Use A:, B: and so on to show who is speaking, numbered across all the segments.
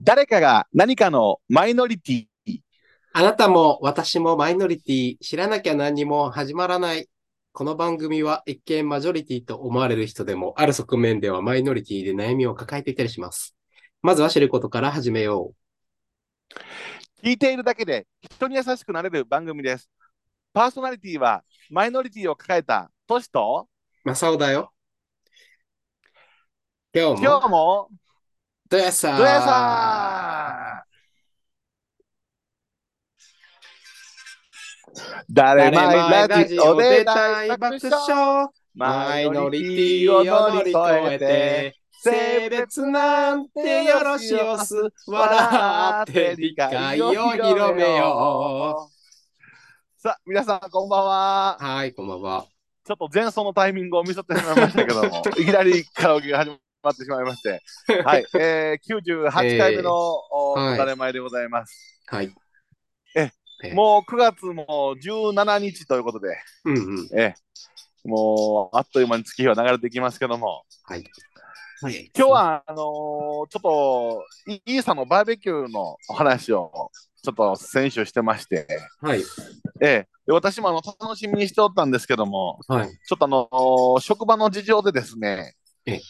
A: 誰かが何かのマイノリティ、
B: あなたも私もマイノリティ、知らなきゃ何にも始まらない。この番組は一見マジョリティと思われる人でも、ある側面ではマイノリティで悩みを抱えていたりします。まずは知ることから始めよ
A: 聞いているだけで人に優しくなれる番組です。パーソナリティはマイノリティを抱えたトシと、
B: う。マサオだよ。今日
A: 今日、
B: も
A: も
B: どやさ
A: ドヤさん誰
B: 誰
A: ま
B: ま
A: い
B: い
A: ラ
B: ラ
A: ジ
B: ジ
A: オ
B: オ
A: で
B: で
A: 大
B: 大
A: 爆
B: 爆
A: 笑
B: 笑。マイノリティを乗り越えて、性別なんてよろしおす。笑って理解を広めよ
A: さあ、皆さん、こんばんは
B: う。。はい、こんばんは。
A: ちょっと前奏のタイミングを見せてしまいましたけ ども、いきなりカラオケが始まってしまいまして、はい、えー、98回目の、お
B: はい
A: 誰前でございます。
B: はい。え
A: もう9月も17日ということで、
B: うんうん。
A: もうあっという間に月日は流れていきますけども、
B: はい。
A: 今日、はあのーちょっとイイーサのバーベキューのお話をちょっと先週してまして、
B: はい。
A: ええで私もあの楽しみにしておったんですけども、
B: はい。
A: ちょっとあの職場の事情でですね
B: ええ、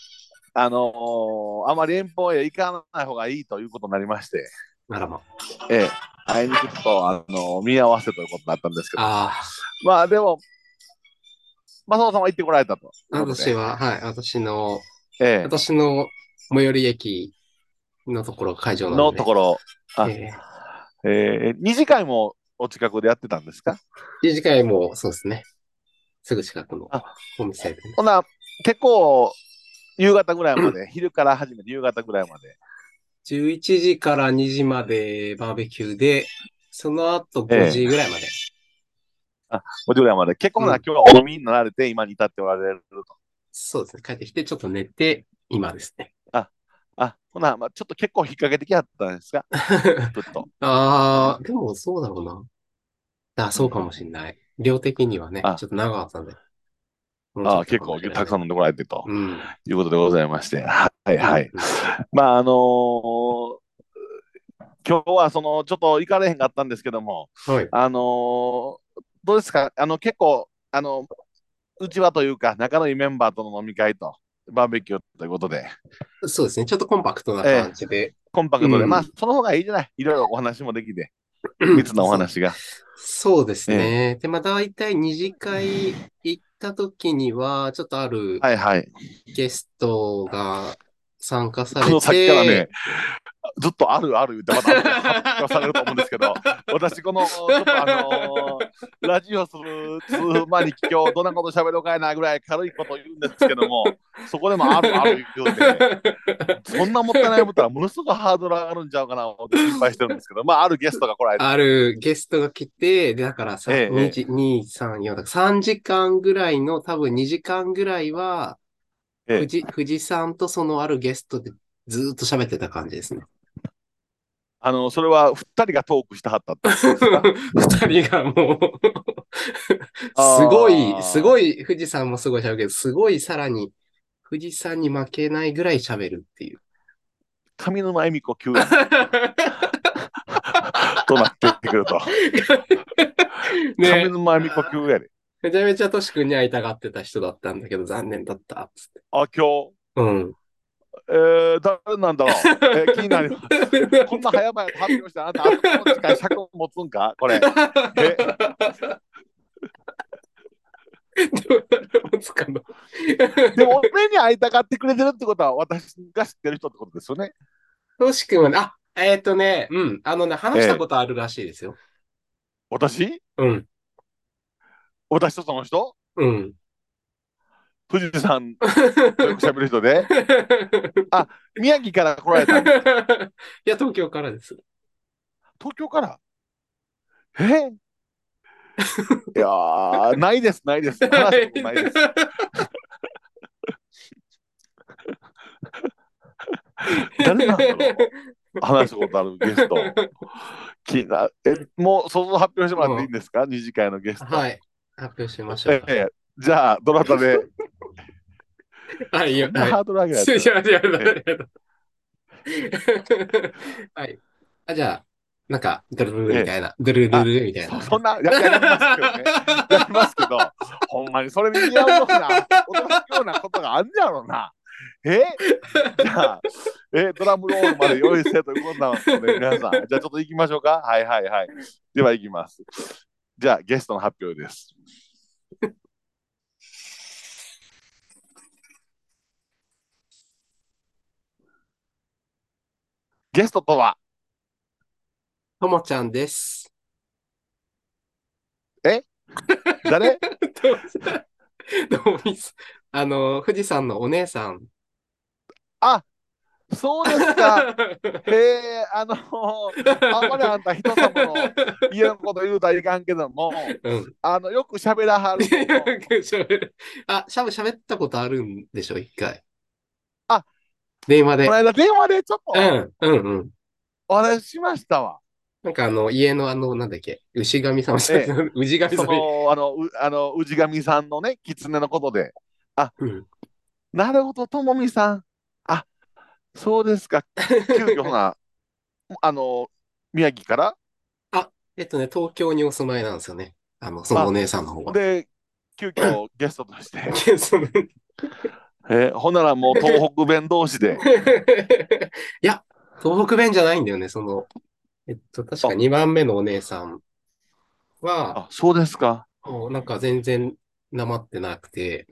A: あのあまり遠方へ行かない方がいいということになりまして、
B: ならば。
A: ええ、あいにくちょっと、あの見合わせということになったんですけど、
B: あ
A: まあでも、マサオさんは行ってこられたと。
B: あ、私は、はい、私の、
A: ええ、
B: 私の最寄り駅のところ、会場な
A: の
B: ので。
A: ところ、あ
B: え
A: ええ、二次会もお近くでやってたんですか
B: ー理事会も、そうですね。すぐ近くの
A: あ
B: お店でね。
A: ほな、結構、夕方ぐらいまで、昼から始めて夕方ぐらいまで。
B: 11時から2時までバーベキューで、その後
A: ええ
B: 5時ぐらいまで。
A: 5時ぐらいまで。結構な、
B: うん
A: 今日はお飲みになられて、今に至っておられると。
B: そうですね。帰ってきて、ちょっと寝て、今ですね。
A: あ、ほな、まあ、ちょっと結構引っ掛けてきはったんです かちょっと。
B: ああ、でもそうだろうな。あ、そうかもしんない。量的にはね、ちょ
A: あ
B: っと長かったんで。
A: あ結構たくさん
B: ん。
A: 飲んでこられてと
B: うん。
A: いうことでございまして。はいはい。
B: うん。
A: まあ、あのー今日はその、ちょっと行かれへんかったんですけども、
B: はい。
A: あのーどうですかあの、結構、あの、うちわというか、仲のいいメンバーとの飲み会と、バーベキューということで、
B: そうですね。ちょっとコンパクトな感じで。
A: コンパクトで、
B: うん
A: まあ、その方がいいじゃない。いろいろお話もでき て、密なお話が。
B: そうですね。で、まあ、大体二次会行った時には、ちょっとある
A: はいはい。
B: ゲストが参加さ
A: こ
B: れ
A: の先から
B: て、
A: ね、ずっとあるある言って、また発表されると思うんですけ ど、私、この、ちょっとあのーラジオする通前に今日どんなこと喋ろうかいなぐらい軽いこと言うんですけども、そこでもあるある言うて、 そんなもったいないことはものすごくハードル上がるんちゃうかなって心配してるんですけど、まあ、あるゲストが来られて、
B: あるゲストが来て、で、だからさ、
A: ええ
B: 2時、2、3、4、だから3時間ぐらいの、多分2時間ぐらいは、
A: ええ
B: 富士、富士山とそのあるゲストでずーっと喋ってた感じですね。
A: あのそれは2人がトークしてはったってことですか。
B: 二人がもう
A: あー
B: すごい、すごい、富士山もすごい喋るけど、すごいさらに、富士山に負けないぐらい喋るっていう。
A: 上沼恵美子 級となってってくると、上
B: ね
A: 沼恵美子級やで。
B: めちゃめちゃトシ君に会いたがってた人だったんだけど、残念だった。つって
A: あ、今日、
B: うん。
A: えー、誰なんだろう、えー気になります。こんな早々と発表してあなた、あとこの時間尺を持つんかこれ。 え
B: つかの
A: でも、俺に会いたがってくれてるってことは、私が知ってる人ってことですよね。
B: トシ君はね、あ、えっ、とね、うん、あのね、話したことあるらしいですよ。
A: 私
B: うん、
A: 私とその人
B: うん。
A: 富士山とよく喋る人 で、宮城から来られた。
B: いや、東京からです。
A: 東京から。えいやー、ないです、ないです。話したことないです。誰なんだろう話したことあるゲ スト。気になえもう、想像発表してもらっていいんですか二次会のゲスト。
B: はい。発表しましょ
A: え
B: う。
A: えじゃあ、どなたで、
B: はい、いいよはい
A: ハードル上げない
B: すい
A: と。
B: ませんありがとうありがとう はい。あ、じゃあ、なんか、ドゥルルルみたいな、ドゥルルルルみたいな。
A: そんな、や やりますけどね。やりますけど、ほんまにそれに似合うような、おとなしいようなことがあんねやろな。えじゃあ、えドラムロールまで用意してということなんですね、皆さん。じゃあちょっと行きましょうか。はいはいはい。では行きます。じゃあ、ゲストの発表です。ゲストとは、
B: ともちゃんです。
A: 誰
B: ともちゃんどうもみす。あの、富士山のお姉さん。
A: そうですか。へえ、あのあんまりあんた人様の家のこと言うたらいかんけど も、
B: うん。
A: あの、よく喋らはる。
B: 喋る。あ、しゃべ、喋ったことあるんでしょ、一回。
A: あ、
B: 電話で
A: この。間電話でちょっ
B: う
A: と
B: ん、うん、うん。
A: お話ししました わ。
B: なんかあの、家のあの、なんだっけ、牛神様、
A: え
B: 牛神
A: そ
B: 様。
A: の、あの、うあの氏神さんのね、狐のことで。
B: うん。
A: なるほど、ともみさん。あ、そうですか。急遽ほな、 あの、宮城から
B: えっとね、東京にお住まいなんですよね。あの、そのお姉さんの方が。
A: で、急遽ゲストとして。
B: その
A: えほんならもう東北弁同士で。
B: いや、東北弁じゃないんだよね、その、えっと、確か
A: あ
B: 2番目のお姉さんは、
A: あ、そうですか。
B: もうなんか全然なまってなくて。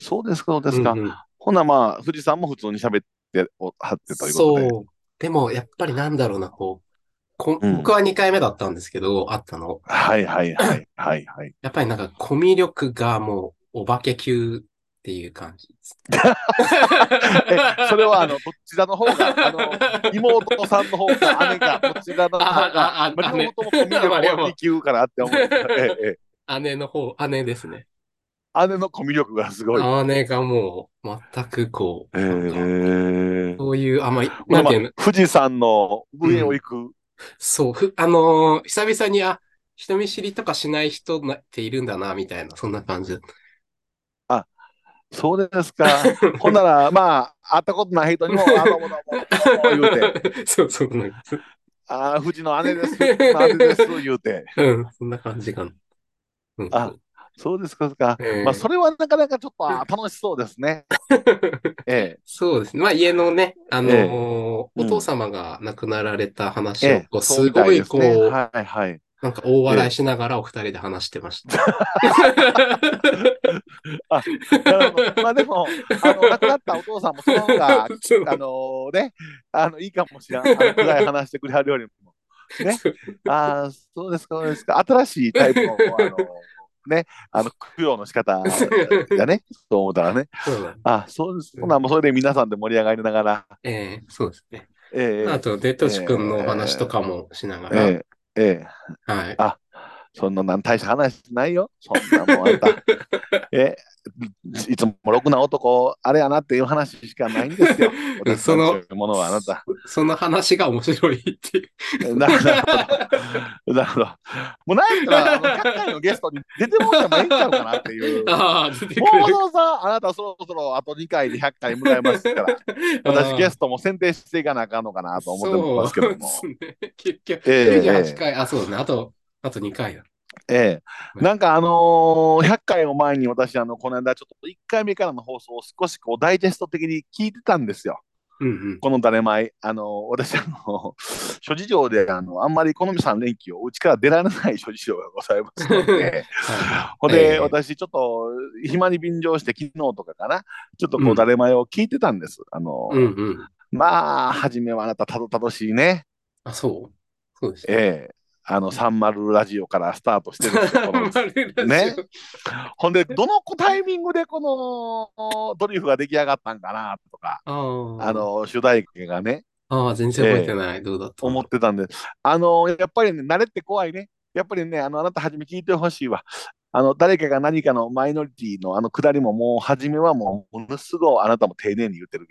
A: そうですか、そうですか。
B: うんうん
A: ほなまあ、富士山も普通に喋っておはってということで。
B: そう。でも、やっぱりなんだろうな、こう、こ
A: うん
B: 僕は2回目だったんですけど、あったの。
A: はいはいはいはいはい。
B: やっぱりなんか、コミュ力がもう、お化け級っていう感じです。
A: え、それはあの、どちらの方が、あの、妹さんの方か、姉か、どちらの方 が、
B: ああ
A: まあ、
B: 姉
A: 両方ともコミュ力が2級かなって 思う。ええ、
B: 姉の方、姉ですね。
A: 姉のコミュ力がす ごい。
B: 姉がもう、全くこう、
A: ええ
B: なんかそういう、あんまり、
A: ま
B: な
A: あ
B: ん
A: まあ
B: ていうの、
A: 富士山の上を行く。
B: そう、ふあのー久々に、あ、人見知りとかしない人なっているんだな、みたいな、そんな感じ。
A: そうですか。 ほんなら、まあ、会ったことない人に も、あどうもどうも、どうも言うて、
B: そうそう、なんか
A: ああ、富士の姉です、富士の姉です、言うて。
B: うん、そんな感じかな。うん
A: あそうですか、そうですか。
B: ええ
A: まあ、それはなかなかちょっとあー楽しそうですね。 ええ。
B: そうですね。まあ、家のね、あのー
A: ええ
B: お
A: うん
B: 父様が亡くなられた話
A: え
B: を、
A: え
B: こう
A: そう
B: す
A: みた
B: ごい
A: です
B: こ
A: ね
B: う、
A: はいはい。
B: なんか大笑いしながらお二人で話してました。
A: なるほどまあでも、あの亡くなったお父さんもその方が、
B: そう
A: あのね、あのいいかもしれない。あの暗い話してくれはるよりも。ね。ああ、そうですか、そうですか。新しいタイプの、あのね、あの供養の仕方だね。そう思ったらね。
B: そうなん
A: あそうです。ほな、もうそれで皆さんで盛り上がりながら。
B: ええそうですね。
A: え
B: あ
A: え
B: と、デトシ君のお話とかもしながら、
A: ええええ
B: はい。
A: あそんななん大した話ないよ。そんなもんあんた。 え、いつもろくな男、あれやなっていう話しかないんです よ。私
B: その
A: なんていうものはあなた。
B: その話が面白いっていう。
A: なるほど。なるほど。もうなんやったら、あの100回のゲストに出てもらってもいいんちゃうかなっていう。も
B: ああ、出てく
A: う
B: れる。
A: そうさ、あなたそろそろあと2回で100回迎えますから、私ゲストも選定していかなあかんのかなと思ってますけども。
B: そうですね。結局、
A: え え
B: 98回、あ、そうだね。あと、あと2回だ。
A: ええ、なんかあのー100回を前に私あのこの間ちょっと1回目からの放送を少しこうダイジェスト的に聞いてたんですよ。
B: うんうん。
A: この誰前あのー私あの 諸事情であのあんまりこの3連休をうちから出られない諸事情がございますので
B: は
A: ほんで、
B: ええ
A: 私ちょっと暇に便乗して昨日とかかなちょっとこ
B: うん
A: う誰前を聞いてたんです。あの
B: い
A: ー
B: うんうん。
A: まあ初めはあなたたどたどしいね、
B: あ、そう。そうですね。
A: ええ、あのサンマルラジオからスタートしてですよこのねほんで、どのタイミングでこのドリフが出来上がったんかなとか、
B: あー
A: あの主題歌がね、
B: あー、全然覚えてない。どうだった
A: 思ってたんで、あのやっぱりね、慣れって怖いね、やっぱりね、あのあなた、初め聞いてほしいわ。あの誰かが何かのマイノリティのあのくだりも、もう初めはもう、ものすごいあなたも丁寧に言ってる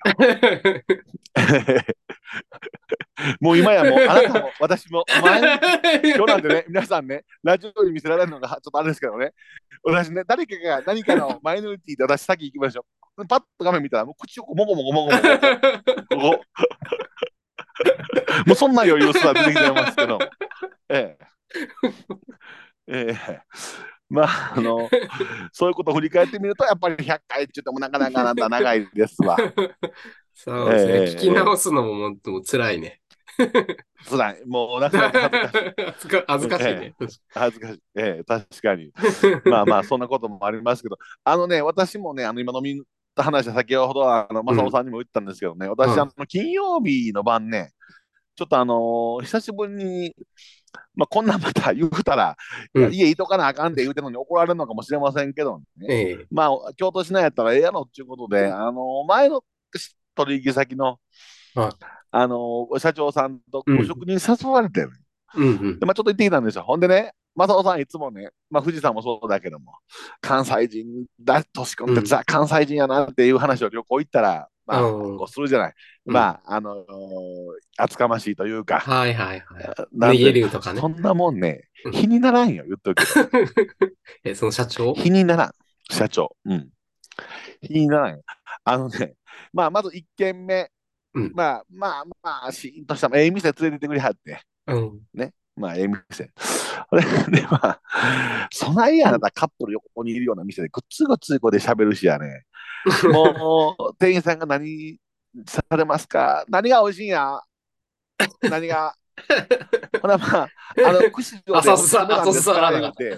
A: よ。 もう今やもう、あなたも、私も、お前も、 今日なんでね、皆さんね、ラジオに見せられるのがちょっとあれですけどね、私ね、誰かが何かのマイノリティで私先行きましょう。パッと画面見たら、もう口をこうもごもごもごもご、ここ。もうそんな余裕すら出てきちゃいますけど、ええ。ええ。まあ、あの、そういうことを振り返ってみると、やっぱり100回って言ってもなかなかなんだ長いですわ。
B: そうですね。
A: ええ
B: 聞き直すのももうもう辛いね。
A: つらい。もう、なかなか恥ずかしい。
B: 恥ずか 恥
A: 恥ず
B: ずかしいね。
A: かしい。ええ、確かに。まあまあ、そんなこともありますけど、あのね、私もね、あの今飲みた話は先ほど、あの、正雄さんにも言ったんですけどね、私、
B: うん
A: あの、金曜日の晩ね、ちょっとあのー久しぶりに、まあ、こんなんまた言うたら、いや
B: うん
A: 家いとかなあかんって言うてるのに怒られるのかもしれませんけどね、
B: ええ。
A: まあ、京都市内やったらええやろっていうことで、あのー前の取引先の、
B: はい
A: あのー社長さんと
B: うん
A: ご職人誘われて、
B: うんうん
A: で、。まあ、ちょっと行ってきたんですよ。ほんでね、正雄さんいつもね、まあ、富士山もそうだけども、関西人だ、年子ってザ、関西人やなっていう話を旅行行ったら、まあ、
B: うん
A: こうするじゃない。
B: うん
A: まあ、あのー厚かましいというか、
B: はいはいはい。
A: なん
B: 逃げ
A: で
B: るとかね
A: そ。んなもんね
B: う、ん
A: 日にならんよ、言っとくけど。
B: え、その社長
A: 日にならん、社長。うん。日にならんよ。あのね、まあ、まず1軒目、
B: うん
A: まあ、まあ、まあ、シーンとした、ええ店連れてってくれはって、
B: うん。
A: まあ、ええ店。 ほれで、まあ、そないやあなたカップル横にいるような店で、ごっつごっつい子で喋るしやね。もう、店員さんが何されますか何が美味しいんや何が。ほら、まあ、あの、串を
B: 後ずさ後ずさらなかっ
A: って。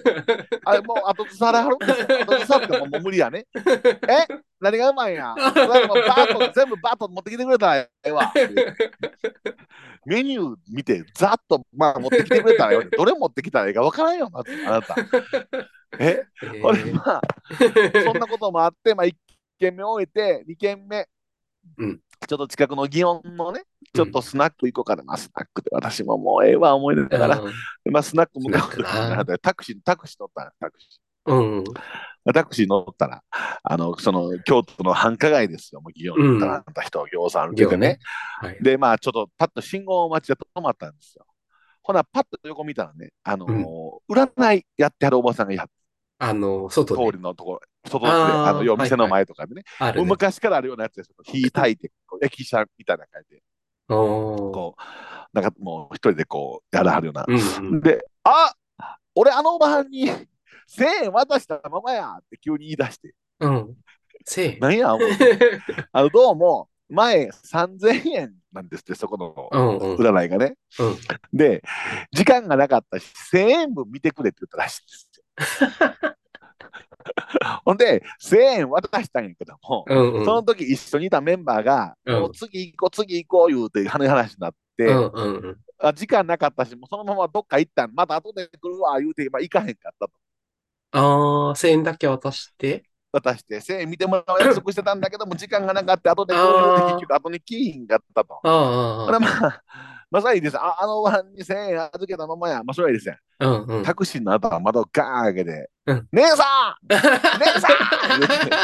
A: あれ、もう後ずさらはるんですよ。後ずさってもうもう無理やね。え 何がうまいんやそれはもうバーッと全部バーッと持ってきてくれたらええわ。メニュー見て、ざっと、まあ、持ってきてくれたらよ。どれ持ってきたらいいか分からんよ、まずあなた。え、
B: え
A: これ、まあ、そんなこともあって、まあ、1軒目終えて、2軒目、
B: うん
A: ちょっと近くの祇園のね、ちょっとスナック行こうかな。まあ、スナックで私ももうええわ、思いながら、まあ、スナック向かう
B: スナックな
A: ことになってタクシー、タクシー乗ったら、タクシー。
B: うん。うん。
A: タクシー乗ったら、あの、その、京都の繁華街ですよ、もう祇園に行ったら、
B: うん
A: あんた人、行さん歩け
B: 行
A: てね
B: ね。。はい。
A: で、まあ、ちょっと、パッと信号待ちで止まったんですよ。ほな、パッと横見たらね、あのー占いやってはるおばさんがやっ
B: あの、外
A: 通
B: で
A: りのところ、外で、
B: あー
A: あの、よう店の前とかでね、
B: ある
A: もう
B: ね。
A: 昔からあるようなやつですよ。火焚いて、こう駅舎みたいな感じで、
B: おー
A: こう、なんかもう一人でこう、やらはるような
B: う。んうん。
A: で、あ俺、あのおばはんに1000円渡したままやって急に言い出して、
B: うん。せえ。
A: なんや、思うあの、どうも、前3000円なんですって、そこ
B: う
A: の
B: んうん。
A: 占いがね。
B: うん
A: で、時間がなかったし、1000円分見てくれって言ったらしいんです よ。ほんで、1000円渡したんやけども、
B: うんうん。
A: その時一緒にいたメンバーが、
B: うん
A: もう次行こう、次行こう言うて話になって、
B: うんうんうん。
A: あ時間なかったし、もうそのままどっか行ったん、また後で来るわ言うて、まあ、行かへんかったと。
B: ああ、1000円だけ渡して。
A: 渡して、1000円見てもらう約束してたんだけども、時間がなかった、後で来るって結局後に来いひんかったと。
B: あ
A: ほ
B: あ
A: ら
B: あ
A: まあ、まさにです。ああのワンに1000円預けたままや。まあ、それはいいですね。
B: あ、うんうん。
A: タクシーの後は窓をガーン開けて、
B: うん
A: 姉さ ん姉さん言うて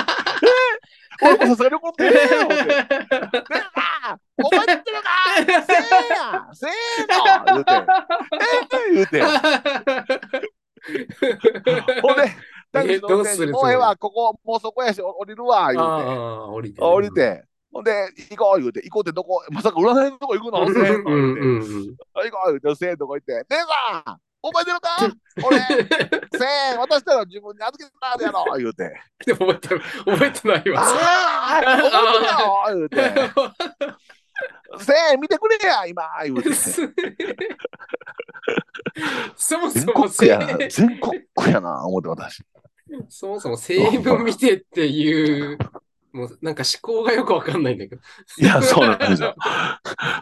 A: 俺もさすがに怒ってるよって姉さん怒ってるかせえやせえの言う て、 ええ言うて。 ほんで、タクシーの運転手
B: えどうする
A: もうええわ、ここ、もうそこやし、お降りるわ、言
B: あ
A: うて。
B: あ、降りてね。
A: 降りて。ほんで、行こう言うて、行こうってどこ、まさか占いのとこ行くの
B: うん
A: せえの
B: う
A: 言
B: ん
A: うて
B: うんうん。
A: はい、行こう、女性とこ行って、姉さん、覚えてるか俺、せ円渡したら自分に預けてたでやろ言う て。
B: でも覚えてる、覚えてないわ。
A: ああ、覚えてるよ言うて。せ円見てくれや、今言 うて。
B: そも
A: 全
B: そも
A: 国区やな、
B: せ
A: 全国区やな、思って私。
B: そもそも成分見てっていう、もうなんか思考がよくわかんないんだけど。
A: いや、そうなんですよ。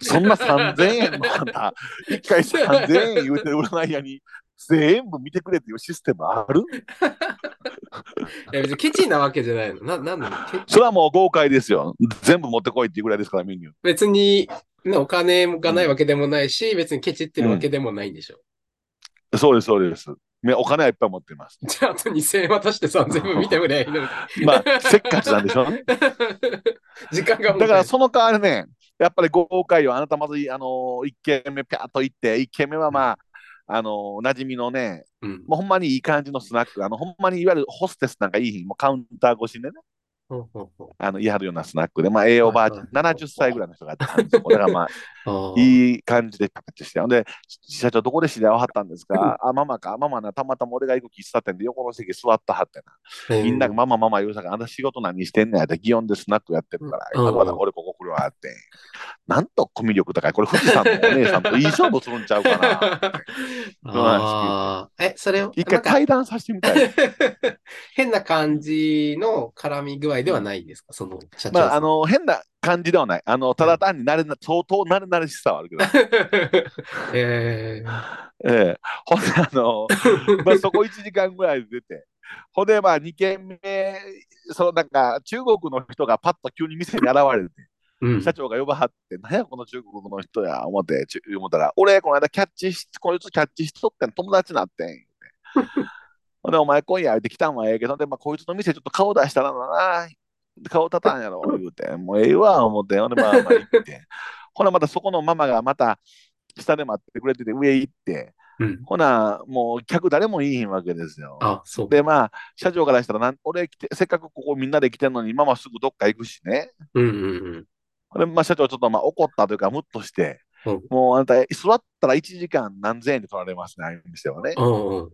A: そんな3000円のあんた、一回3000円言うて占い屋に、全部見てくれっていうシステムある
B: いや別にケチなわけじゃないの。な、なんだろうケ
A: それはもう豪快ですよ。全部持ってこいっていうぐらいですから、メニュー。
B: 別に、ね、お金がないわけでもないし、別にケチってるわけでもないんでしょ。
A: そうです、そうです。ねお金はいっぱい持ってます。
B: じゃあ、あと2000円渡して3000円見てくれ。
A: まあ、せっかちなんでしょうね。
B: 時間がも
A: だか
B: うな
A: ら
B: い
A: その代わりね、やっぱり5回はあなたまずい、あのー、1軒目ピャーっと行って、1軒目はまあ、あのー、馴染みのね、
B: うん。
A: もうほんまにいい感じのスナック、あの、ほんまにいわゆるホステスなんかいい日、もうカウンター越しでね、
B: ほうほうほう
A: あの、言い張るようなスナックで、まあ、栄養ばあちゃん、
B: はいはい
A: 70歳ぐらいの人がやってたんですよ。だから まあ、
B: あー
A: いい感じでパカッとして、ほんで、社長、どこで知り合いはったんです かあ、ママか、ママな、たまたま俺が行く喫茶店で横の席座ったはってな。みんながママママ言うさか、あんた仕事何してんねんやって、祇園でスナックやってるから、
B: うん
A: 今から俺ここ来るわって。なんとコミュ力高い、これ富士山のお姉さんといい勝負するんちゃうかな。
B: あーえ、それを、
A: 一回
B: なんか
A: 対談させてみたい。
B: 変な感じの絡み具合ではないですか、その社長
A: ま
B: さん。
A: あ、あの、変な感じではない。あの、ただ単に慣れな、相当慣れ慣れしさはあるけど。
B: えー
A: ええ、ほんで、あ の、まあ、そこ1時間ぐらいで出て、ほんで、まあ、2軒目、そのなんか、中国の人がパッと急に店に現れて、
B: うん
A: 社長が呼ばはって、なんやこの中国の人や、思って、ちゅ思ったら、俺、この間キャッチし、こいつキャッチしとってん、友達なってん。言うてほんで、お前、今夜会えてきたんはええけど、で、まあ、こいつの店ちょっと顔出したらな、顔立たんやろ、言うて、もうええわ、思って、ほんで、まあ、まあ、行って。ほな、またそこのママがまた、下で待ってくれてて、上行って、
B: うん
A: ほな、もう客誰もいいひんわけですよ。
B: あ、そう。
A: で、まあ、社長からしたらなん、俺来て、せっかくここみんなで来てんのに、ママすぐどっか行くしね。
B: うんうん
A: で、まあ、社長ちょっとまあ怒ったというか、ムッとして、
B: うん
A: もうあなた、座ったら1時間何千円で取られますね、ああいう店はね。
B: うん。うんうん。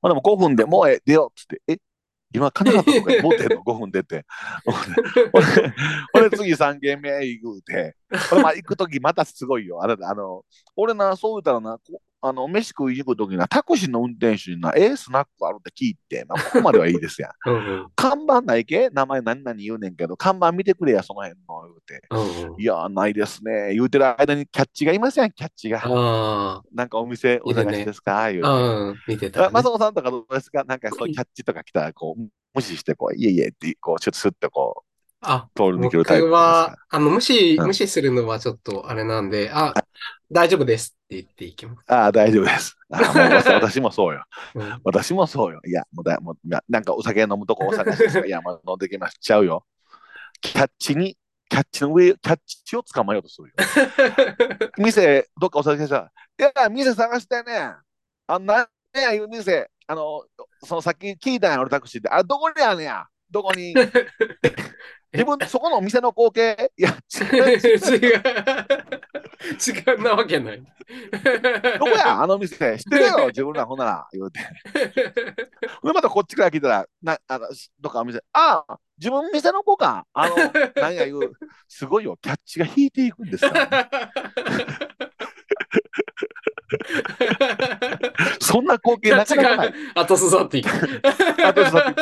A: ほな、もう5分でもうええ、出ようっつって、え今、金型とかに持ってんの ?5 分出て。ほんでほんで次3軒目行くて。ほんでまあ行くときまたすごいよ。あれあの、俺な、そう言うたらな、こあの、飯食いに行くときな、タクシーの運転手にな、ええスナックあるって聞いて、まあ、ここまではいいですやん。
B: うんうん
A: 看板ないけ名前何々言うねんけど、看板見てくれや、その辺の、言うて。
B: うんうん
A: いや、ないですね。言うてる間にキャッチがいません、キャッチが。
B: あ
A: なんかお店お探
B: いる
A: し
B: ね
A: ですか、言う
B: ー
A: て。
B: あー、見てたね。
A: あマサオさんとかどうですかなんかそういうキャッチとか来たら、こう、無視して、こう、いえいえって、こう、ちょっとスッとこ
B: あ、
A: う、通り抜けるタイプですか
B: 僕は、あの、無視、
A: うん
B: 無視するのはちょっとあれなんで、あ、大丈夫ですって言っていきます。
A: ああ、大丈夫です。ああもう私私もそうよ。
B: うん
A: 私もそうよ。いや、もうだもうななんかお酒飲むとこお探しですかいや、もう飲んできましちゃうよ。キャッチに、キャッチの上、キャッチを捕まえようとするよ。店、どっかお探ししたら、いや、店探してね。あの、なんや、いう店、あの、そのさっき聞いたんや、俺タクシーで。あれ、どこにあんねや。どこに。自分、そこのお店の光景、いや、違う
B: 違う。違うなわけない。
A: どこやあの店知ってるよ自分らほんなら言うて。でまたこっちから聞いたら、なあのしどっかお店、ああ、自分店の子か。あの、なんや言う、すごいよ、キャッチが引いていくんですから、そんな光景なかなかない。
B: 後刺さっていく。
A: 後刺さって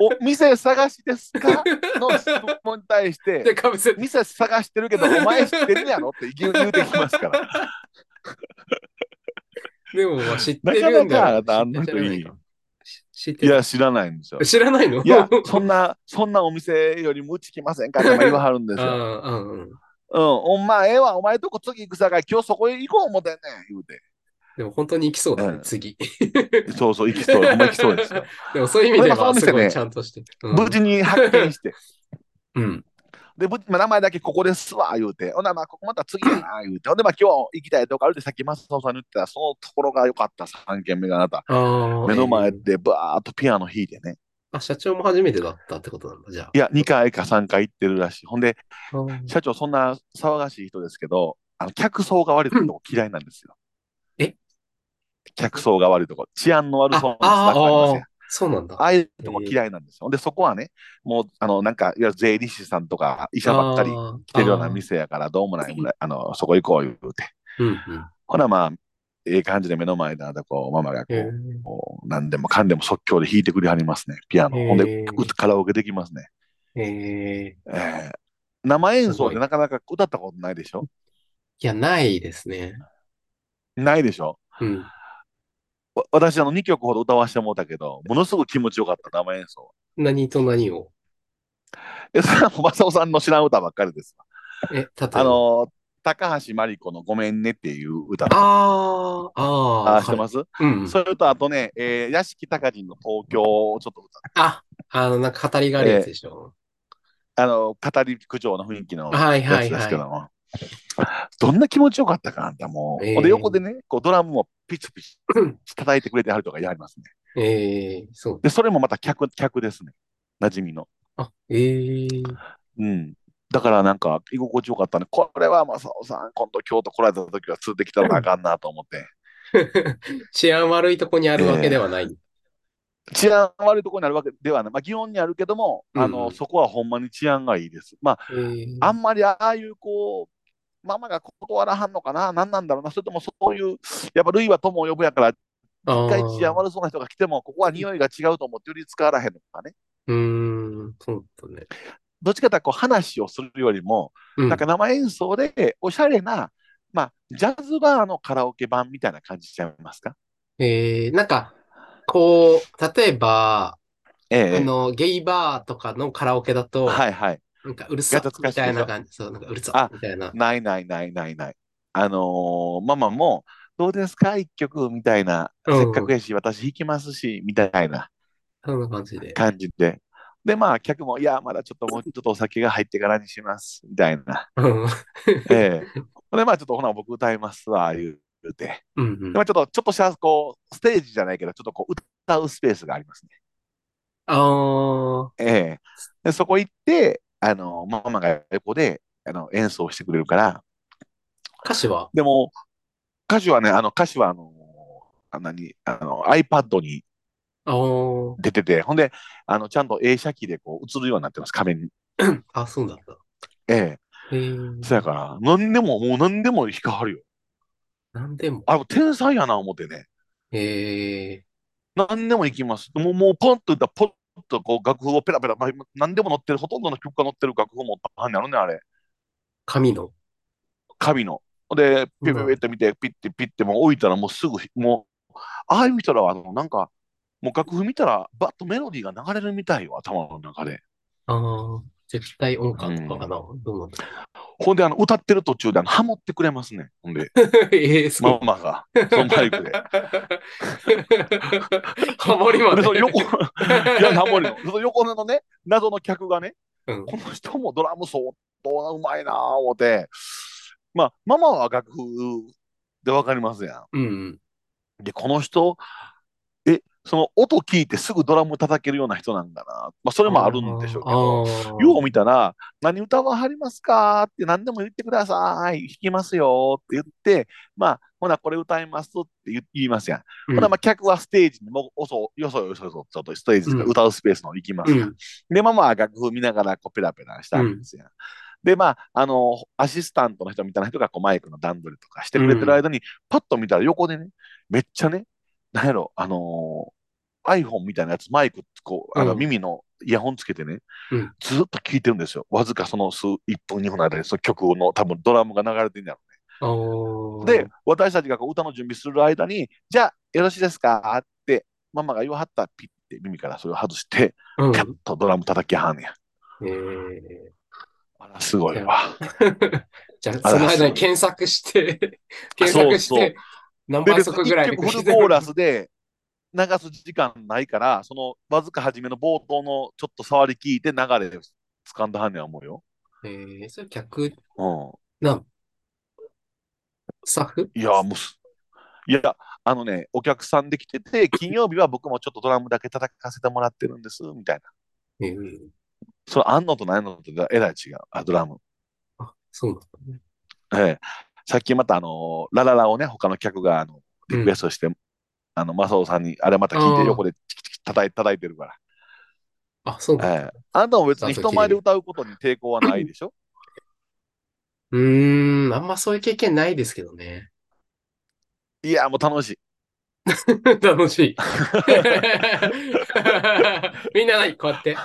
A: お店探しですかの質問に対し
B: で、
A: て、
B: かぶせて。
A: 店探して るけど、お前知ってるやろって言う言うてきますから。
B: でも、まあ知ってるんだよ
A: なかなかあの人いい
B: 知って
A: い
B: る
A: や、知らないんです よ。
B: 知らないの
A: いや、そんな、そんなお店よりもうち来ませ んかって言わはるんです
B: あ
A: よ。
B: あ、うんうん。
A: うん、お前ええわ、お前とこ次行くさかい、今日そこへ行こう思てんねん、言うて。
B: でも本当に行きそうだ
A: う
B: ね
A: ん、
B: 次。
A: そうそう、行きそう、ほんま行きそうですよ。
B: でもそういう意味で
A: これまあその
B: は、
A: 店
B: すご
A: ね
B: いちゃんとしてる。 うん
A: 無事に発見して、
B: うん。
A: で、無事まあ名前だけここですわ、言うて。ほな、まあ、ここまた次やな、言うて。ほんで、まあ、今日行きたいとこあるって、さっきマスオさんに言ってた、そのところが良かった、3軒目があなた。
B: ああ。
A: 目の前
B: えー
A: でバーっとピアノ弾いてね。
B: あ、社長も初めてだったってことなんだ、じゃ
A: いや、2回か3回行ってるらしい。ほんで、
B: あ。うん
A: 社長、そんな騒がしい人ですけど、あの客層が悪いとこ嫌いなんですよ。
B: え
A: 客層が悪いとこ、治安の悪そうなスタッフありません
B: ああー、そうなんだ。
A: ああいうとこ嫌いなんですよ。で、そこはね、もう、あの、なんか、いわゆる税理士さんとか、医者ばっかり来
B: 来
A: てるような。店やから、どうもないもない、あの、そこ行こう言うて。
B: あーうん
A: ほな、まあ、ええ感じで目の前で、あとこう、ママがこ
B: うん。へ
A: う、こう何でもかんでも即興で弾いてくれはりますね、ピアノ。
B: へー
A: ほんで、うカラオケできますね。
B: えへえ。
A: えー生演奏
B: すご
A: で
B: い
A: なかなか歌ったことないでしょ
B: いや、ないですね。
A: ないでしょ
B: うん。
A: わ私、あの、2曲ほど歌わせてもらったけど、ものすごく気持ちよかった、生演奏。
B: 何と何を。
A: え、それはもう、マサオさんの知らん歌ばっかりです。
B: え、例えば。
A: あの、高橋真理子のごめんねっていう歌。
B: ああ、あ
A: あ
B: あ、
A: ー、知ってます、
B: す。うんうん。
A: それとあとね、えー、屋敷隆人の東京をちょっと歌っ
B: あ、あの、なんか語りがあるやつでしょ。
A: あの、語り口調の雰囲気の
B: はい
A: や
B: は
A: つ
B: い
A: ですけど
B: は
A: も、どんな気持ちよかったか、あんたもう。
B: ええ
A: で、横でね、こうドラムもピチピチ叩いてくれてはるとかやりますね。
B: い。ええそう。
A: で、それもまた客、客ですね。馴染みの。
B: あ、ええ
A: うん。だからなんか、居心地よかったね。これは、まさおさん、今度京都来られた時は連れてきたらあかんなと思って。
B: 治安悪いとこにあるわけではない。
A: 治安悪いところにあるわけではない。まあ、祇園にあるけども、あ
B: う
A: の、
B: ん
A: そこはほんまに治安がいいです。まあ、
B: ええ
A: あんまりああいう、こう、ママが断らはんのかな何なんだろうなそれともそういう、やっぱ類は友を呼ぶやから、
B: あ
A: 一
B: ー
A: 回治安悪そうな人が来ても、ここは匂いが違うと思ってより使わらへんのかね。
B: うーん、そうだね。
A: どっちかというとこう話をするよりも、
B: うん。
A: なんか生演奏でおしゃれな、まあ、ジャズバーのカラオケ版みたいな感じしちゃいますか
B: ええなんか、こう、例えば、あ
A: ええ。
B: の、ゲイバーとかのカラオケだと、
A: はいはい。
B: なんかうるさ
A: ガタつか
B: み
A: しい
B: た
A: でしょ
B: いな感じ、そう、なんかうるさ
A: あ
B: みたいな。
A: ないないないないない。あのーママも、どうですか一曲みたいな、
B: うん
A: せっかくやし、私弾きますし、みたいな
B: そんな感じで。
A: 感じで。で、まあ、客も、いや、まだちょっともうちょっとお酒が入ってからにします、みたいな。
B: うん。うん
A: ええ。 で、まあ、ちょっとほな、僕歌いますわ、言うて。
B: うん
A: で。まあ、ちょっと、ちょっとした、こう、ステージじゃないけど、ちょっとこう、歌うスペースがありますね。
B: あー、
A: ええで、そこ行って、あの、ママが横で、あの、演奏してくれるから、
B: 歌詞は
A: でも、歌詞はね、あの、歌詞は、あの、あ何、あの、iPad に
B: あー、
A: 出てて、ほんで、あの、ちゃんと映写機でこう、映るようになってます、壁に。
B: あ、そうなんだ。
A: ええ
B: えー、
A: そやから、何でも、もう何でも弾かはるよ。
B: なんでも。
A: あ、もう天才やな、思ってね。
B: え
A: 何でも行きます。もう、もうポンと言ったら、ポンとこう楽譜をペラペラ、まあ、何でも載ってる、ほとんどの曲が載ってる楽譜もあんねやろね、あれ。
B: ー、紙の。
A: カビの。で、ピュピュピュって見て、ピッてピッて、もう置いたらもうすぐ、もう、ああいう人らは、あの、なんか、もう楽譜見たら、バッとメロディーが流れるみたいよ、頭の中で。
B: あー、絶対音感とかかな。どうなんだ。
A: ほんで、あの、歌ってる途中で、あの、ハモってくれますね。ほん で、
B: えー、そう
A: マ。マが、そのマイクで。
B: ハモリま
A: で、
B: で
A: その横、いや、ハモリの。その横のね、謎の客がね、
B: うん
A: この人もドラム相当なうまいなぁ思って、まあ、ママは楽譜でわかりますや
B: うん。
A: ん。で、この人、え、その音聞いてすぐドラム叩けるような人なんだな。まあ、それもあるんでしょうけど。
B: あー
A: よう見たら、何歌わはりますかって何でも言ってください。弾きますよって言って、まあ、ほな、これ歌いますって言言いますやん。
B: うん
A: ほな、まあ、客はステージにもうおそ、よそよそよそ、ちょっとステージですか
B: うん
A: 歌うスペースの方行きます
B: う
A: やん
B: ん。
A: で、まあまあ楽譜見ながらこうペラペラしたんですよ。で、まあ、あの、アシスタントの人みたいな人がこうマイクの段取りとかしてくれてる間に、パッと見たら横でね、めっちゃね、なんやろ、あのー iPhone みたいなやつ、マイク、こう、あ
B: う
A: の
B: ん
A: 耳のイヤホンつけてね、
B: うん
A: ずっと聴いてるんですよ。わずかその数、1分、2分の間で、その曲の多分ドラムが流れてんだろ
B: あー
A: う。で、私たちがこう歌の準備する間に、じゃあ、よろしいですかって、ママが言わはったらピッて耳からそれを外して、
B: うん
A: キャッとドラム叩きはんねや。
B: えー
A: あらすごいわ。
B: じゃあ、
A: あ
B: その間
A: そう
B: に検索して、検索し
A: そうそう
B: て、何
A: で、
B: 倍
A: 別に
B: 速ぐらい
A: 1
B: で
A: 曲
B: 聞
A: フ
B: い
A: ル
B: て
A: コー
B: る。
A: ラス で流す時間ないから、そのわずか初めの冒頭のちょっと触り聞いて流れで掴んだはんねや思うよ。
B: えー、それ客
A: う
B: なんスタッフ
A: ん。いや、もうす、いや、あのね、お客さんで来てて、金曜日は僕もちょっとドラムだけ叩かせてもらってるんです、みたいな。
B: えー、
A: それあんのとないのとえらい違う、あドラム。
B: あ、そうなんだね。
A: ええ、さっきまたあのラララをね、他の客があのリクエストして、あの、マサオさんに、あれまた聞い
B: あー
A: て、横でチキチキ叩い叩いてるから。
B: あ、そうなんだ。
A: ええ、あなたも別に人前で歌うことに抵抗はないでしょ
B: うーん、あんまそういう経験ないですけどね。
A: いや、もう楽しい。
B: 楽しい。みんなない、こうやって。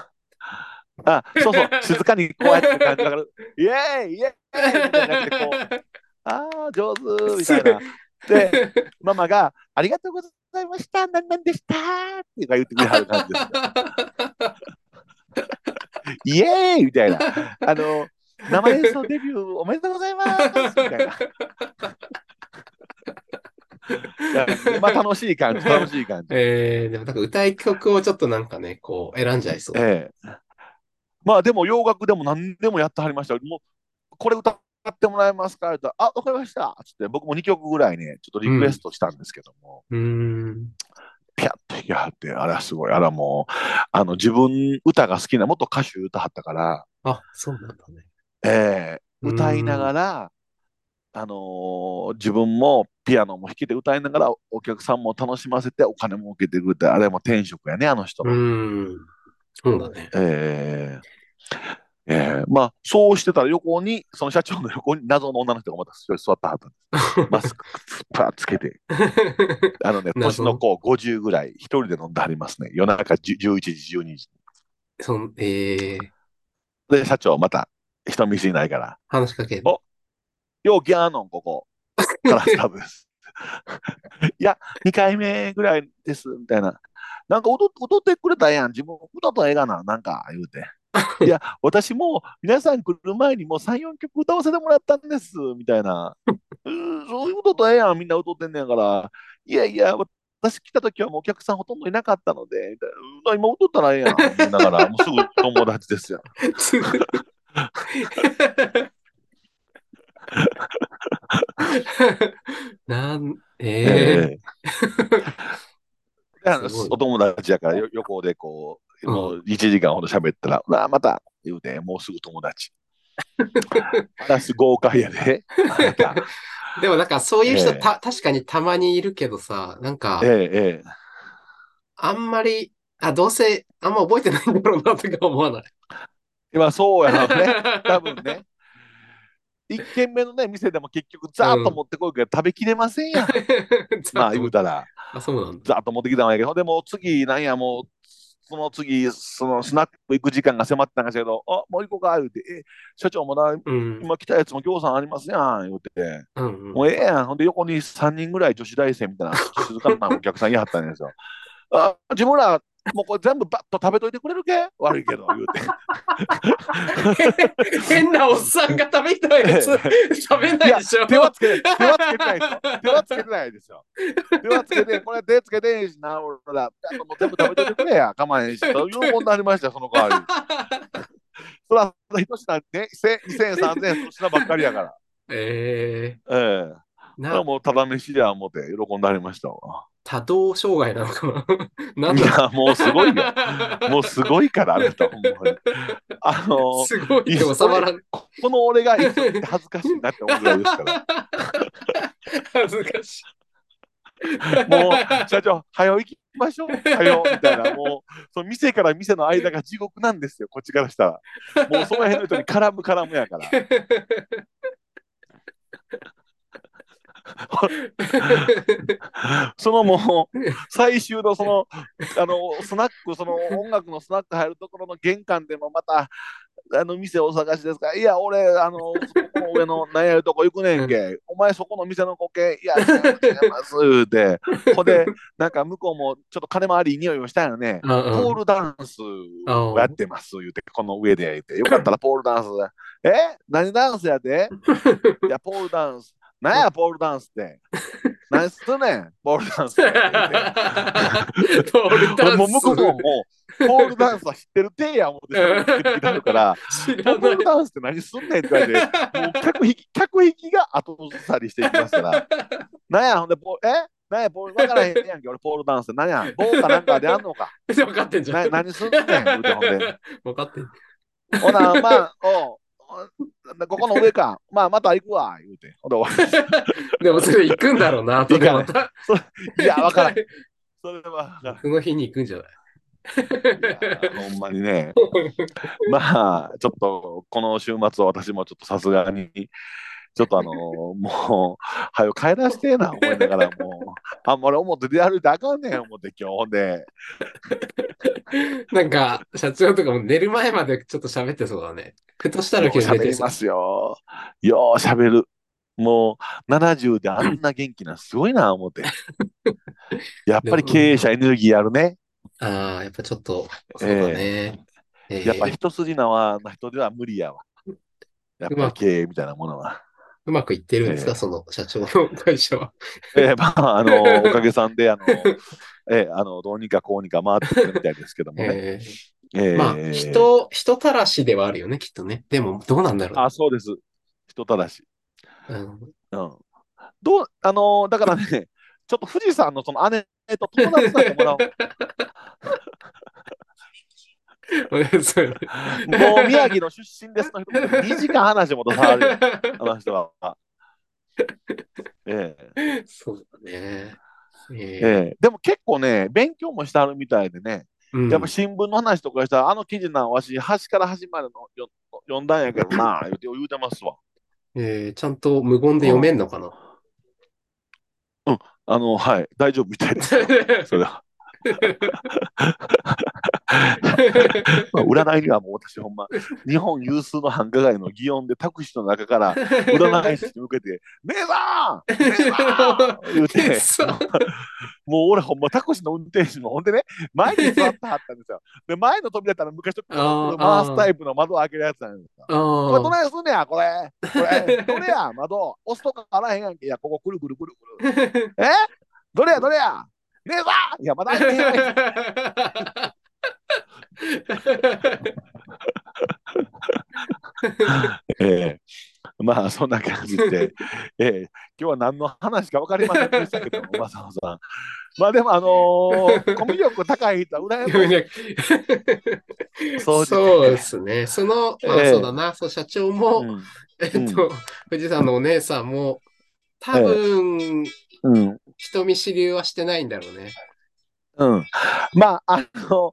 A: あ、そう そう、静かにこうやって感じだから、イエーイイエーイみたいになってこう、ああ、上手みた いな。で、ママが、ありがとうございました、なんなんでしたって言ってくれはる感じです。イエーイみ たいな。あの、生演奏デビューおめでとうございますみたいな。まあ 楽しい感じ、楽しい感じ。
B: えー、でもなんか歌い曲をちょっとなんかね、こう選んじゃいそう。
A: ええまあでも洋楽でも何でもやってはりました。もうこれ歌ってもらえますかって言ったら、あ、わかりました。つって僕も2曲ぐらいね、ちょっとリクエストしたんですけども、
B: うーん。
A: ピャッと弾きはって、あれはすごい。あれはもう、あの自分歌が好きな、元歌手歌はったから、
B: あ、そうなんだね。
A: ええ歌いなが
B: ら。
A: ら、あのー自分もピアノも弾けて歌いながらお客さんも楽しませてお金も受けてくれてあれも天職やねあの人
B: う
A: の、
B: ーん。そうだね。
A: ええええまあそうしてたら横にその社長の横に謎の女の人がまた座ってはったんですマスクパッつけてあのね年
B: 謎
A: の子50ぐらい一人で飲んではりますね夜中10 11時12時
B: その、えー、
A: で社長また人見知りないから
B: 話しかける。
A: おようギャーノンここ。カラスタブです。いや、2回目ぐらいです、みたいな。なんか踊っ踊ってくれたやん、自分歌と映画な、なんか言うて。いや、私も皆さん来る前にもう3、4曲歌わせてもらったんです、みたいな。うん、そういうこととええやん、みんな踊ってんねやから。いやいや、私来た時はもうお客さんほとんどいなかったので、みたいなうん今踊ったらええやん、言いながら、もうすぐ友達ですよ。
B: なん、
A: え
B: え
A: えであの
B: すごい
A: お友達やからよ横でこう、
B: うん
A: もう1時間ほど喋ったら、まあ、また言うて、もうすぐ友達。 話豪快やで。あな た
B: ーでもなんかそういう人
A: ええ
B: た、確かにたまにいるけどさ、なんか
A: え、えええ。
B: あんまり、あ、どうせ、あんま覚えてないんだろうなとか思わない。
A: 今そうやろうね。 多分ね。一軒目のね、店でも結局、ざーっと持ってこいから食べきれませんやん。まあ言うたら、
B: あ、そうなんだ。
A: ざーっと持ってきたんやけど、でも次、なんや、もう、その次、そのスナック行く時間が迫ってたんですけど、あ、もう行こうか、言うて、え、社長もな、
B: うん。
A: 今来たやつもぎょうさんありますやん、言うて。
B: うんうん
A: もうええやん。ほんで、横に3人ぐらい女子大生みたい な、静かなお客さんいはったんですよ。あ、自分ら、もうこれ全部バッと食べといてくれるけ悪いけど、言うて。
B: 変なおっさんが食べたやつ食べないでし ょ。
A: 手はつけて、手はつけてないですよ。手はつけてないですよ。手はつけて、これ手つけてんしな、俺ら。あともう全部食べといてくれや。構えんし。そういうもんなりましたよ、その代わり。そら、一品ね、2000、3000、3000、品ばっかりや から。え
B: え
A: え
B: ー、
A: それは
B: な、
A: もうただ飯じゃ思って喜んでありましたわ。
B: 多動障害なの かななん
A: い
B: だ
A: や、もうすごいよ。 もうすごいから、あなた、ほんまに。あのー
B: すごいね、収まらん。
A: ここの俺がいつも言って恥ずかしいなって思うぐらいですから。
B: 恥ずかしい。
A: もう、社長、早よ行きましょう。早よ、みたいな。もう、その店から店の間が地獄なんですよ、こっちからしたら。もう、その辺の人に絡む絡むやから。そのも う、最終のその、あの、スナック、その音楽のスナック入るところの玄関でもまた、あの店をお探しですかいや、俺、あの、そこの上の悩やるとこ行くねんけ。お前、そこの店の子系、いや、違います違います、言うて。ほんで、なんか向こうも、ちょっと金回りいい匂いをしたんよね。
B: うんうん
A: ポールダンスをやってます、言うて、この上で言って。よかったらポールダンス。え何ダンスや でいや、ポールダンス。何や、ポールダンスって。何すんねん、ポールダンス。
B: ポールダンス
A: もう向こうももう、ポールダンスは知ってるてや思って喋ってきたから、
B: 知
A: ポ
B: らな
A: ー
B: い
A: ルダンスって何すんねんって言われて、 もう客引き、客引きが後ずさりしていきますから、なんや、ほんで、ポえなんや、ポール、わからへんやんけ、俺、ポールダンスって何や、棒かなんかであんの か、
B: 分かってんじゃ。
A: なん何すんねん、言うてほんで。
B: 分かってん。
A: ほな、まあ、おうおここの上か。まあ、また行くわ、言うて。ほんで終わ
B: でもそれ行くんだろうな、後でまた。
A: り。いや、わからん。
B: ん。
A: それはわからん
B: その日に行くんじゃない
A: いやほんまに ね。まあ、ちょっと、この週末は私もちょっとさすがに、ちょっとあのもう、はよ帰らしてえな、思いながら、もう、あんまり表出歩いてあかんねん、思って、今日。ほんで、
B: なんか、社長とかも寝る前までちょっと喋ってそうだね。ふとしたら
A: よう
B: 今日寝
A: 喋
B: て
A: りますよ。よう喋る。もう、70であんな元気な、すごいな、思 って。やっぱり経営者エネルギーあるね。
B: ああ、やっぱちょっと、そうだね。えー
A: やっぱ一筋縄な人では無理やわ。やっぱり経営みたいなものは。
B: うまくいってるんですか、
A: えー
B: その社長の会社は。
A: ええまあ、あの、おかげさんで、あの、ええあの、どうにかこうにか回ってくるみたいですけどもね。
B: え
A: えー
B: まあ、人、人たらしではあるよね、きっとね。でも、どうなんだろ
A: あ、そうです。人たらし。
B: う。うん
A: う ん。どう、あのーだからね、ちょっと富士山のその姉と友達になってもらおう。
B: そうよね
A: もう宮城の出身ですの人、2時間話戻される、あの人は。ええ
B: そうだね。え
A: ええでも結構ね、勉強もしてはるみたいでね、
B: うん
A: やっぱ新聞の話とかしたら、あの記事なんわし、端から端までのよ読んだんやけどな、言うて言うてますわ。
B: えーちゃんと無言で読めんのかな
A: あの、はい、大丈夫みたい ですよ。それは。まあ、占いにはもう私ほんま、日本有数の繁華街の祇園でタクシーの中から、 占い 師に向けて、姉さん姉さん言うて、もう俺ほんまタクシーの運転手の、ほんで ね、前に座ってはったんですよ。で、前の扉やったら昔と
B: あ
A: 回
B: ー
A: すタイプの窓を開けるやつなんですよ。
B: あー
A: これどないすんねや、これ。こ れ、どれや、窓。押すとかあらへんやんけ。いや、ここくるくるくるくる。えどれや、どれや姉さんいや、まだ開いてない。 ええまあそんな感じ で、ええ今日は何の話か分かりませんでしたけど も、正雄さん。まあでも、あのーコミュ力高い人は羨ましい。そう
B: そうですね。その、まあ
A: ええ
B: そうだな、そう社長も、
A: うん
B: えっと、藤さんのお姉さんも、多分、
A: うん
B: 人見知りはしてないんだろうね。
A: うん、まああの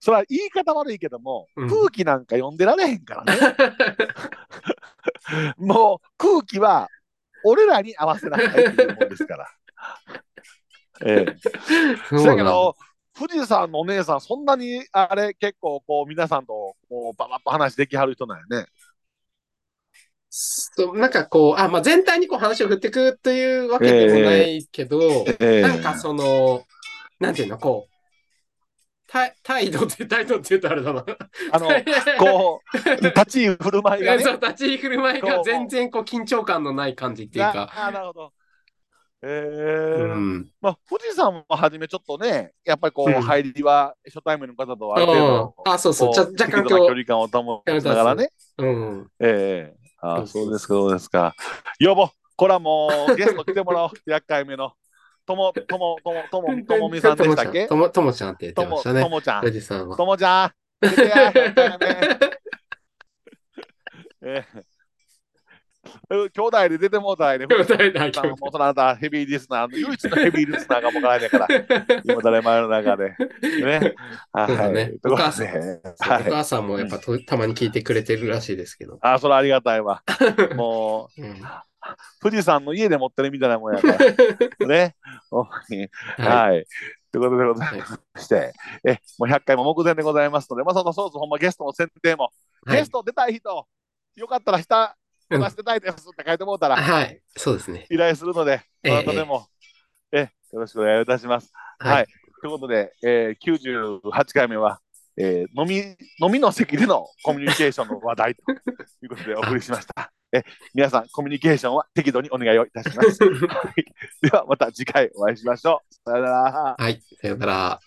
A: それは言い方悪いけども、
B: うん
A: 空気なんか読んでられへんからねもう空気は俺らに合わせなさいっていうもんですから。ええ
B: そう
A: そ
B: な
A: やけ
B: の
A: ど、富士山のお姉さん、そんなにあれ、結構こう皆さんとこうババッと話できはる人なんやね。
B: そうなんかこう、あ、まあ、全体にこう話を振ってくというわけでもないけど、
A: え
B: なんかその、なんていうの、こう、た態度って、態度って言うとあれ だな。
A: あの、こ う、立ち居振る舞いがね。
B: そう立ち居振る舞いが全然こう緊張感のない感じっていう
A: な
B: か。
A: あなるほど。え
B: う
A: ー
B: ん、
A: まあ、富士山もはじめちょっとね、やっぱりこう、
B: うん
A: 入りは初対面の方とはある程
B: あ
A: 度、
B: あ、そうそう、
A: こ
B: ちょ若干
A: 適度な距
B: 今日、
A: 離感を保ちながらね。
B: うん、
A: ええああ
B: そう
A: そう
B: そう
A: ですか、そうですか。よぼ、こらもうゲスト来てもらおう、100回目の。とも、とも、とも、とも、ともみさんでしたっけ
B: ともともちゃんって言って
A: と
B: ま
A: も、
B: した
A: と
B: ね。
A: もちゃん
B: お。じさんは。
A: ともちゃん。来てや100回目 ええ兄弟で出てもうたいね。
B: 兄弟だ
A: さんもうそのあたヘビーリスナーの、唯一のヘビーリスナーがもうからねから、今誰前の中 で。ね。はい。
B: そうだね
A: ということで
B: お
A: はい。
B: 母さんもやっぱとたまに聞いてくれてるらしいですけど。
A: あ、それありがたい わ。もう、
B: うん
A: 富士山の家で持ってるみたいなもんやから。 ね。ほんまに
B: は
A: はい。ということでございまして、え、もう100回も目前でございますので、まあ、そのそうそう、ほんまゲストの選定も、
B: いは
A: ゲ
B: い
A: ス。ト出たい人、よかったら下、
B: う
A: 出
B: ん
A: してたいですって書いてもうたら、
B: はい。そうですね。
A: 依頼するので、
B: え
A: ど
B: え
A: なたでも、えよろしくお願いいたします。はい。
B: はい。
A: ということで、えー、98回目は、えー飲み、飲みの席でのコミュニケーションの話題ということでお送りしました。 え、皆さん、コミュニケーションは適度にお願いをい たします。はいでは、また次回お会いしましょう。さよなら。
B: はい。さよなら。